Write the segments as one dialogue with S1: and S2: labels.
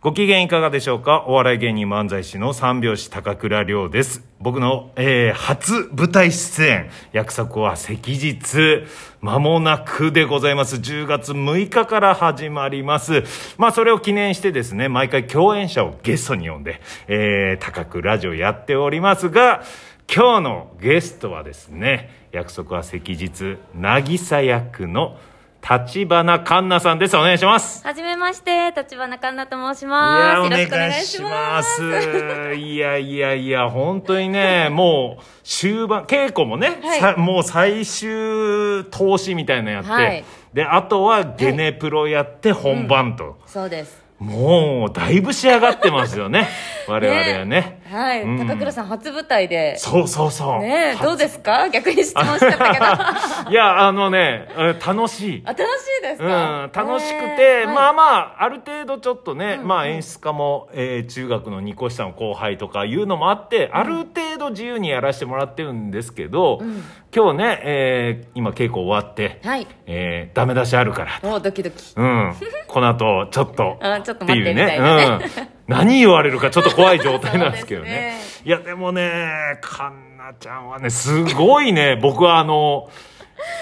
S1: ご機嫌いかがでしょうかお笑い芸人漫才師の三拍子高倉涼です。僕の、えー初舞台出演、約束は赤日、間もなくでございます。10月6日から始まります。まあ、それを記念してですね、毎回共演者をゲストに呼んで、えー、高倉城やっておりますが、今日のゲストはですね、約束は赤日、渚役の立花環奈さんです。お願いします。
S2: はじめまして、立花かんなと申し
S1: い
S2: ま
S1: や、お
S2: す。よ
S1: 願
S2: ろ
S1: い
S2: しくお願いし
S1: し
S2: ま。
S1: ますす。いやいやいや、本当に ね、もう終盤、稽古もね、
S2: はい
S1: さもう最終投資みたいなのやって、
S2: はい
S1: で、あとはゲネプロやって本番と、
S2: そうです。
S1: もうだいぶ仕上がってます よね、我々はね。
S2: はい、
S1: うん
S2: 高倉さん初舞台で。
S1: そうそうそう。
S2: ねえ、どう
S1: す
S2: ですか逆に質問しちゃ ったけど。あ、
S1: いや、あのね、うん楽しい。
S2: 楽しいですか
S1: うん、楽しくて、ま
S2: ま
S1: あ
S2: あ
S1: まあ、ある程度ちょっとね、まあ演出家も、えー中学の二個下の後輩とかいうのもあって、ある程度自由にやらせてもらってるんですけど、今日ね、えー今稽古終わって、
S2: はい
S1: えーダメ出しあるから、
S2: もうドキドキ。、
S1: うん、この後、ちょっと
S2: あちょっと
S1: って
S2: 待
S1: い
S2: っ
S1: う
S2: てみた
S1: ね
S2: いなね。
S1: うん、何言われるかちょっと怖い状態なんですけどね
S2: そうです
S1: いやでもねかんなちゃんはねすごいね 僕はあの、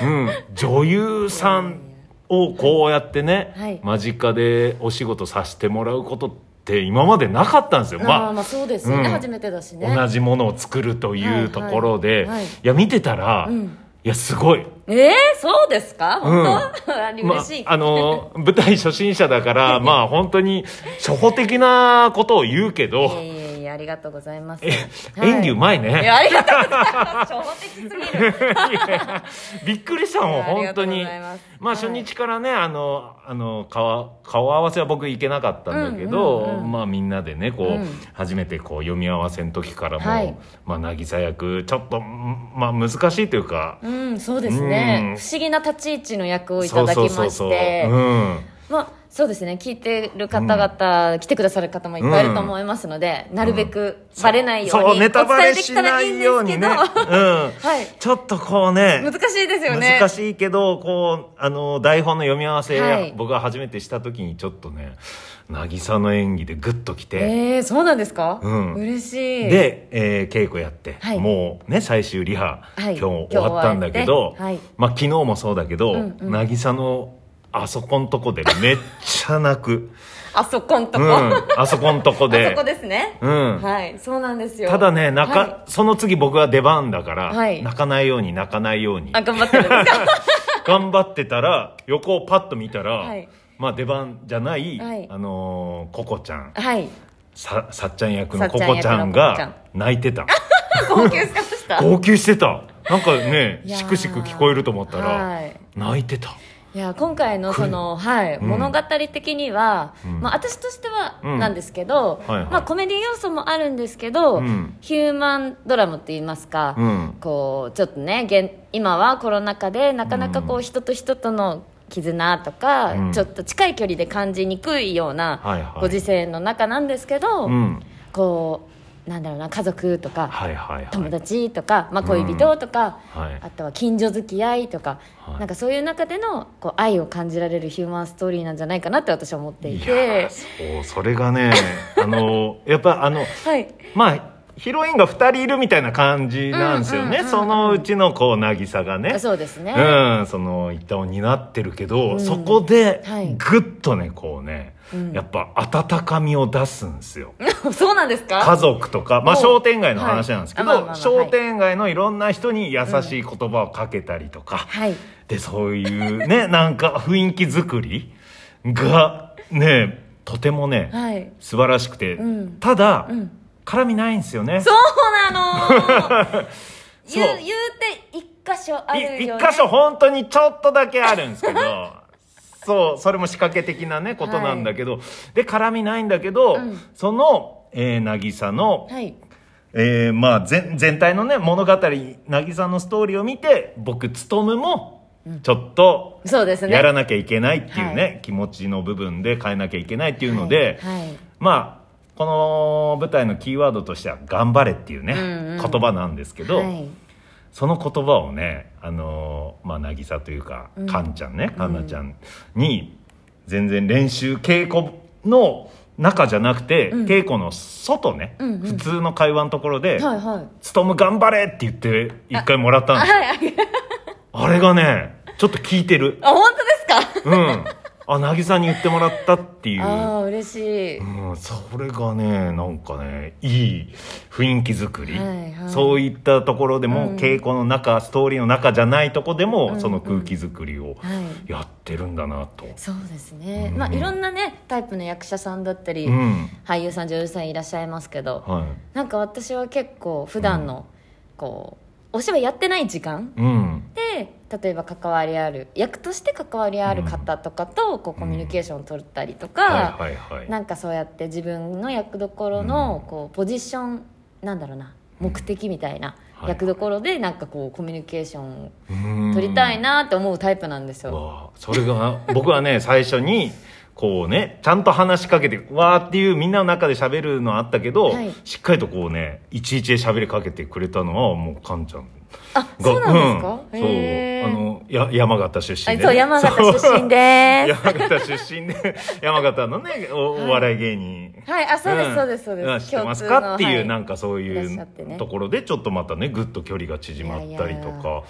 S1: うん、女優さんをこうやってね、
S2: はい
S1: 間近でお仕事させてもらうことって今までなかったんですよ、
S2: まあまあまあそうですよね、
S1: うん
S2: 初めてだしね。
S1: 同じものを作るというところで、
S2: はいいはいはい
S1: や見てたら、
S2: うん
S1: いやすごい
S2: ええそうですか本当、
S1: ま
S2: 嬉しい。
S1: あ、あのー舞台初心者だ から、まあ本当に初歩的なことを言うけ
S2: いや
S1: ど、
S2: いやいや、ありがとうございます。
S1: え
S2: はい
S1: 演技うまい
S2: いや、
S1: ね。
S2: ありがとうございます。初歩的すぎる。
S1: びっくりしたもん、
S2: いやあり
S1: 本
S2: が
S1: 当
S2: とうござ
S1: に
S2: います。
S1: まあ
S2: はい
S1: 初日からね、あの、あの、顔、顔合わせは僕行けなかったんだけ
S2: うんうん
S1: ど、
S2: うん
S1: まあみんなでね、こう、
S2: うん
S1: 初めてこう読み合わせの時からも、
S2: はい
S1: まあ渚役、ちょっと、んまあ難しいというか、
S2: うん、そうです
S1: う
S2: ね
S1: ん。
S2: 不思議な立ち位置の役をい
S1: そ
S2: た
S1: う
S2: だき
S1: そ
S2: ま
S1: う
S2: して。
S1: そうそう。うん。
S2: まあ、そうですね聞いてる方々、来てくださる方もいっぱいいると思いますので、なるべくバレないように、
S1: そう、ネタバ
S2: お伝
S1: レ
S2: えでき
S1: したな
S2: らいいん
S1: い
S2: です
S1: ように
S2: け
S1: ね。
S2: ど、
S1: うん。
S2: はい
S1: ちょっとこうね、
S2: 難しいですよね
S1: 難しいけど、こう、あの、台本の読み合わせ、
S2: はい
S1: 僕が初めてした時にちょっとね、渚の演技でグッときて、
S2: えー、そうなんですか、
S1: うん
S2: 嬉しい
S1: で、えー稽古やって、
S2: はい
S1: もうね、最終リハ、
S2: はい
S1: 今日終わったんだけど、
S2: 今日終わってはい
S1: まあ昨日もそうだけど、
S2: うんうん
S1: 渚のあそこんとこでめっちゃ泣く。
S2: あ そこんと
S1: う
S2: こ、
S1: ん
S2: あ、
S1: あそこんとこで。
S2: そこですね、
S1: うん。
S2: はいそうなんですよ
S1: ただね、泣か、
S2: はい
S1: その次僕は出番だから、
S2: はい
S1: 泣かないように泣かないように
S2: あ頑張ってるんですか
S1: 頑張ってたら、横をパッと見たら、
S2: はい
S1: まあ出番じゃない、
S2: はい
S1: あのーココちゃん、
S2: はい
S1: さ、さっちゃん役の
S2: さ
S1: コ
S2: っちゃん
S1: コ
S2: 役の
S1: ちゃん
S2: ココちゃん
S1: が泣いてた。
S2: 号泣してました
S1: 号泣してた。なんかね、
S2: いやー
S1: しくしく聞こえると思った
S2: は
S1: ら
S2: い、
S1: 泣いてた。
S2: いや今回のその、はい物語的には、まあ、私としては
S1: うん
S2: なんですけど、
S1: はいはい
S2: まあ、コメディ要素もあるんですけ
S1: う
S2: ど、
S1: ん
S2: ヒューマンドラマって言いますか、
S1: うん
S2: こうちょっとね現今はコロナ禍でなかなかこう人と人との絆とか、
S1: うん
S2: ちょっと近い距離で感じにくいよう
S1: はい
S2: な
S1: はい
S2: ご時世の中なんですけど、
S1: うん。
S2: こうなんだろうな家族とか
S1: はいはいはい。
S2: 友達とか、まあ、恋人とか、
S1: はい
S2: あとは近所付き合いとか、
S1: はい
S2: なんかそういう中でのこう愛を感じられるヒューマンストーリーなんじゃないかなって私は思ってい
S1: いや
S2: て
S1: ーそう、それが ね、あのーやっぱあの、
S2: はい
S1: まあ、ヒロインが2人いるみたいな感じなんですよね、
S2: うんうんうんうん
S1: そのうちのこう渚がね
S2: そうですね、
S1: うん、その一端を担ってるけど、そこで
S2: はい
S1: ぐっとねこうね、
S2: うん
S1: やっぱ温かみを出すんですよ
S2: そうなんです
S1: 家
S2: か
S1: 族とか、まあ、
S2: おう
S1: 商店街の話なんですけど、
S2: はいあまあまあまあ
S1: 商店街のいろんな人に優しい言葉をかけたりとか、
S2: はい
S1: でそういうね なんか雰囲気作りがねとてもね、
S2: はい
S1: 素晴らしくて、
S2: うん
S1: ただ、
S2: うん
S1: 絡みないんですよね
S2: そうなの
S1: そう
S2: 言う言うて一箇所ある
S1: い一
S2: よね
S1: 箇所本当にちょっとだけあるんですけど そうそれも仕掛け的なねことなんだけど、で絡みないんだけど、
S2: うん
S1: その、えー、渚の、
S2: はい
S1: えーまあ、全全体のね物語渚のストーリーを見て僕勉もちょっと、
S2: そうですね
S1: やらなきゃいけないっていうね、
S2: は
S1: 気持ちの部分で変えなきゃいけないっていうので、
S2: はいはい
S1: まあこの舞台のキーワードとしては「頑張れ」っていうね、
S2: うんうん
S1: 言葉なんですけど、
S2: はい
S1: その言葉をね、あのーまあ、渚というか、
S2: うん
S1: カンちゃんね、カンナちゃんに、全然練習、稽古の中じゃなくて、稽古の外ね、
S2: うんうん
S1: 普通の会話のところで
S2: はいはい
S1: 「つとむ頑張れ!」って言って一回もらったんですよあれがねちょっと効いてる
S2: あ本当ですか
S1: うんあ渚に言ってもらったっていう
S2: ああ嬉しい、
S1: うん、それがねなんかねいい雰囲気作り、
S2: はいはい
S1: そういったところでも、
S2: うん
S1: 稽古の中ストーリーの中じゃないとこでも、
S2: うん
S1: その空気作りを
S2: はい
S1: やってるんだなと、
S2: そうですね、
S1: うん
S2: まあいろんなねタイプの役者さんだったり、
S1: うん
S2: 俳優さん女優さんいらっしゃいますけど、
S1: は
S2: なんか私は結構普段の、こうお芝居やってない時間
S1: いうん
S2: で例えば関わりある役として関わりある方とかとこうコミュニケーションを取ったりとか、
S1: はいはいはい
S2: なんかそうやって自分の役どころのこうポジションなんだろうな目的みたいな
S1: はい
S2: 役どころでなんかこうコミュニケーションを
S1: うん
S2: 取りたいなって思うタイプなんですよ。
S1: わあそれが僕はね最初にこうねちゃんと話しかけてわーっていうみんなの中で喋るのあったけど、
S2: はい
S1: しっかりとこうねいちいち喋りかけてくれたのはもうカンちゃん
S2: あ、そうなんですか。
S1: うん
S2: へ
S1: そうあ
S2: ー
S1: のや山形出身
S2: はい
S1: で、
S2: そう山形出身で
S1: そう山形出身で山形のねおお笑い芸人、
S2: す。はい、あ、そうです、
S1: ん
S2: そうです、そう
S1: うん
S2: です。
S1: 知ってます
S2: 共
S1: か
S2: 通の
S1: っていう、
S2: はい
S1: なんかそうい
S2: いらっしゃって
S1: う
S2: ね
S1: ところでちょっとまたねぐっと距離が縮まったりと
S2: いやい
S1: か
S2: や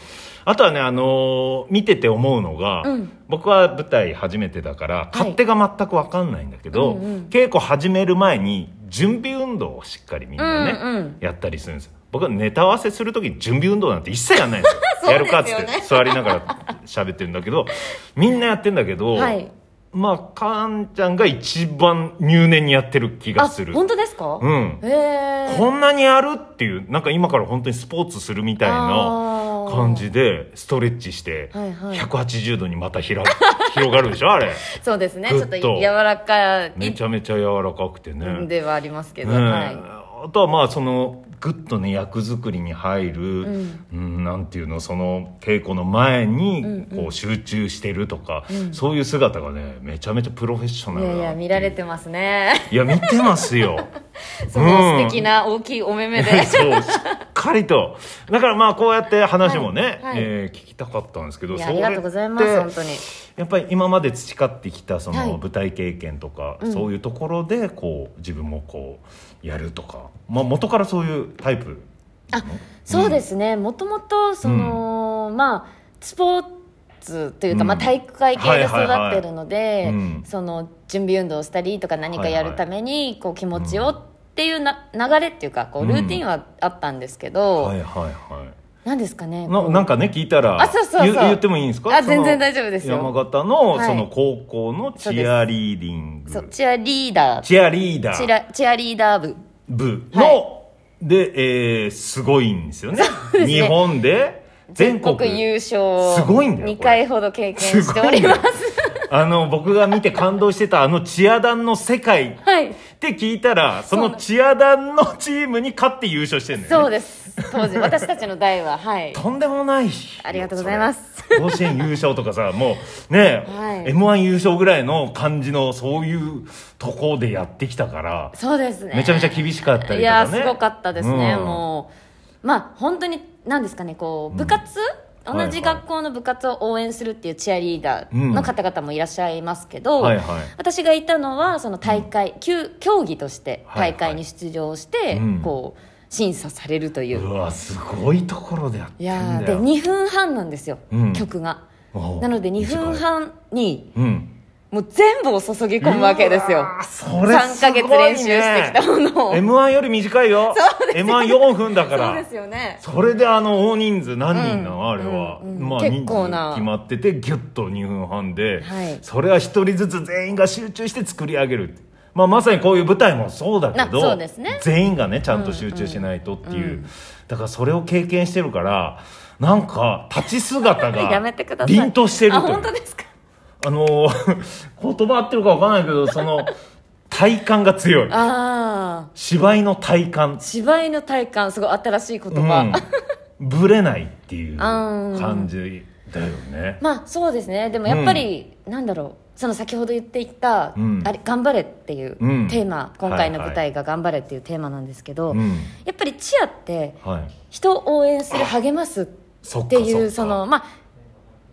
S1: あとはね、あのー見てて思うのが、
S2: うん
S1: 僕は舞台初めてだから勝手が全く分かんないんだけど、
S2: うんうん
S1: 稽古始める前に準備運動をしっかりみんなね、
S2: うんうん
S1: やったりするんですよ僕はネタ合わせする時に準備運動なんて一切やんないんですよ
S2: そう
S1: や
S2: で
S1: る
S2: す
S1: か
S2: よ
S1: っ
S2: ね
S1: つって座りながら喋ってるんだけどみんなやってんだけど、
S2: はい
S1: まあカンちゃんが一番入念にやってる気が
S2: あ
S1: する、
S2: 本当ですか。
S1: うん
S2: へえ。
S1: こんなにやるっていうなんか今から本当にスポーツするみたいな
S2: あー
S1: 感じでストレッチして
S2: はいはい
S1: 180度にまたひら 広がるでしょあれ
S2: そうですね。
S1: ぐっ
S2: ち
S1: と
S2: ょっと柔らかい
S1: めちゃめちゃ柔らかくてね
S2: ではありますけど、
S1: ね
S2: はい。
S1: あとはまあそのぐっとね役作りに入る、うん
S2: ん
S1: なんていうのその稽古の前に
S2: うんうん
S1: こう集中してるとか、そういう姿がねめちゃめちゃプロフェッショナ
S2: い
S1: ルだ
S2: や
S1: ない
S2: や見られてますね。
S1: いや見てますよ
S2: その素敵な大きいお目目で。
S1: そうしっかりとだからまあこうやって話もね、
S2: はいはい
S1: えー聞きたかったんですけど
S2: いや
S1: そ
S2: あ
S1: れ
S2: りがとうございます
S1: って
S2: 本当に。
S1: やっぱり今まで培ってきたそ
S2: はい
S1: の舞台経験とか、
S2: うん
S1: そういうところでこう自分もこうやるとか、まあ、元からそういうタイプ
S2: あそうですね。もともとその、まあスポーツというか、
S1: うん
S2: まあ体育会系
S1: はい
S2: で育
S1: はいはい
S2: ってるので、
S1: うん
S2: その準備運動をしたりとか何かやるために、こう気持ちを、
S1: うん
S2: っていうな流れっていうかこ
S1: う
S2: うんルーティンはあったんですけど、
S1: はいはいは
S2: なんですかね
S1: いななんかね聞いたら
S2: あそうそうそう
S1: 言言ってもいいんですかそ
S2: あ
S1: の
S2: 全然大丈夫ですよ
S1: 山形の
S2: はい
S1: その高校のチアリーディング、
S2: そうチアリーダー
S1: チアリーダ
S2: チ
S1: ー
S2: ラチアリーダー部
S1: 部の、で、えーすごいんですよね
S2: ですね
S1: 日本で全
S2: 全
S1: 国
S2: 国優勝を
S1: すごいんだよこれ
S2: 2回ほど経験しております
S1: すごいねあの僕が見て感動してたあのチア団の世界
S2: はい
S1: って聞いたらそのチア団のチームに勝って優勝してるんだよ
S2: そう
S1: ね
S2: です当時私たちの代ははい
S1: とんでもない
S2: ありがとうございます
S1: それ甲子園優勝とかさもうね、
S2: はい
S1: m 1優勝ぐらいの感じのそういうとこでやってきたから、
S2: そうですね
S1: めちゃめちゃ厳しかったりとかね
S2: いやーすごかったですね、
S1: うん
S2: もうまあ本当に何ですかねこう部活、
S1: はいはい
S2: 同じ学校の部活を応援するっていうチアリーダーの方々もいらっしゃいますけど、
S1: うんはいはい
S2: 私がいたのはその大会、球競技として
S1: はいはい
S2: 大会に出場して、
S1: うん
S2: こう審査されるという
S1: うわすごいところでやって
S2: い
S1: ん
S2: やー
S1: だ
S2: で
S1: よ
S2: 2分半なんですよ、
S1: うん
S2: 曲が
S1: おう
S2: なので2分半に
S1: うん
S2: もう全部を注ぎ込むわけです
S1: う
S2: よ
S1: わーそれ
S2: 3
S1: すご
S2: か
S1: い、ね、
S2: 月練習してきたものを
S1: m 1より短いよ m 1 4分だか
S2: そう
S1: ら
S2: ですよね
S1: それであの大人数何人なの、あれは、
S2: うんうん
S1: まあ
S2: 結構
S1: 人
S2: な
S1: 数決まっててギュッと2分半で、
S2: はい
S1: それは一人ずつ全員が集中して作り上げるってまあ、まさにこういう舞台もそうだけど
S2: なそうですね
S1: 全員がねちゃんと集中しないとっていう、だからそれを経験してるからなんか立ち姿が
S2: やめてください
S1: 凛としてると
S2: あ
S1: いう
S2: 本当ですか
S1: あの ー言葉合ってるかわかんないけどその体感が強い
S2: ああ
S1: 芝居の体感
S2: 芝居の体感すごい新しい言
S1: う
S2: 葉、
S1: んぶれないっていう
S2: あー
S1: 感じだよね
S2: まあそうですねでもやっぱり、なんだろうその先ほど言っていた「
S1: うん
S2: あれ頑張れ」っていう
S1: うん
S2: テーマ、今回の舞
S1: はい
S2: 台が「頑張れ」っていうテーマなんですけど、
S1: うん
S2: やっぱりチアって
S1: はい
S2: 人を応援する励ますって
S1: そっ
S2: い
S1: か
S2: う
S1: そっ
S2: そ
S1: か
S2: のまあ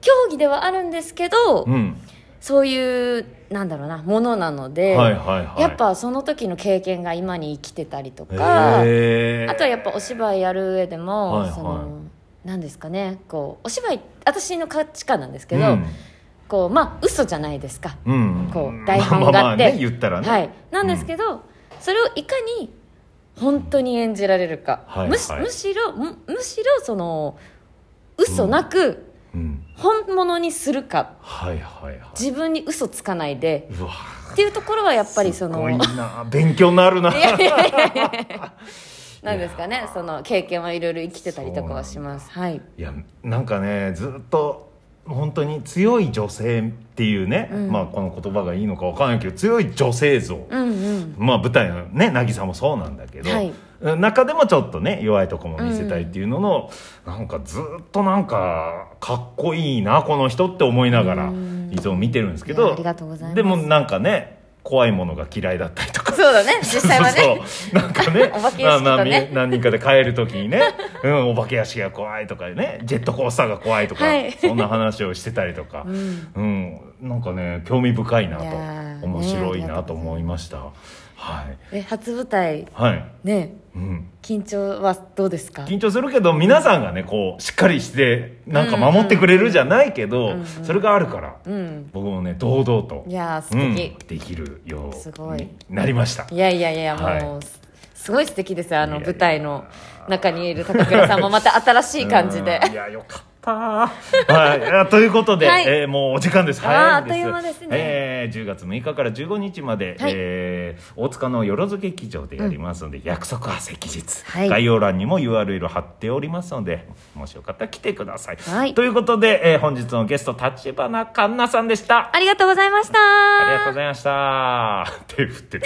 S2: 競技ではあるんですけど、
S1: うん
S2: そういうなんだろうなものなので、
S1: はいはいはい
S2: やっぱその時の経験が今に生きてたりとか、
S1: へー
S2: あとはやっぱお芝居やる上でも、
S1: はいはい
S2: そのなんですかねこうお芝居私の価値観なんですけど、
S1: うん
S2: こうまあ嘘じゃないですか、
S1: うん
S2: こう台本
S1: まあま
S2: が
S1: あ
S2: あって、
S1: ね言ったらね
S2: はい、なんですけど、それをいかに本当に演じられるか、
S1: はい
S2: むし
S1: はい
S2: むしろむむしろその嘘なく
S1: うん
S2: 本物にするか、
S1: はいはいはい
S2: 自分に嘘つかないで
S1: うわ
S2: っていうところはやっぱりそ
S1: す
S2: の
S1: ごいな勉強になるな
S2: なんですかねその経験はいろいろ生きてたりとかはしますはい
S1: いやなんかねずっと本当に強い女性っていうね、まあこの言葉がいいのかわからないけど強い女性像、
S2: うんうん
S1: まあ舞台のね渚もそうなんだけど、
S2: はい
S1: 中でもちょっとね弱いとこも見せたいっていうのの、なんかずっとなんかかっこいいなこの人って思いながらいつも見てるんですけ
S2: い
S1: ど
S2: やありがとうございます
S1: でもなんかね怖いものが嫌いだったりとか
S2: そうだね実際はね
S1: そうそうなんかね
S2: お化け屋敷とね
S1: まあまあみ何人かで帰る時にね、うん、お化け屋敷が怖いとかねジェットコースターが怖いとか、
S2: はい
S1: そんな話をしてたりとか、うんなんかね興味深いないと
S2: やーね
S1: 面白いなと思いました、はい
S2: え初舞台
S1: はい、
S2: ね
S1: うん、
S2: 緊張はどうですか
S1: 緊張するけど皆さんがねこうしっかりしてなんか守ってくれるじゃないけど、それがあるから、
S2: うん
S1: 僕もね堂々と
S2: いやー素
S1: うん、
S2: 敵
S1: できるよ
S2: す
S1: う
S2: ごい
S1: になりました
S2: いやいやいや
S1: はい
S2: もうすすごい素敵ですよあ
S1: い
S2: の
S1: やいや
S2: 舞台の中にいる高倉さんもまた新しい感じで
S1: うん いやよかったはいいや、ということで、
S2: はい
S1: えーもうお時間です早い
S2: あー
S1: んです
S2: あっという間ですね
S1: えー10月6日から15日まで、
S2: はい
S1: えー大塚のよろづけ劇場でやりますので、約束は赤日、
S2: はい
S1: 概要欄にも URL 貼っておりますのでもしよかったら来てください、
S2: はい
S1: ということで、えー本日のゲスト立花環奈さんでした
S2: ありがとうございました
S1: ありがとうございました手振ってる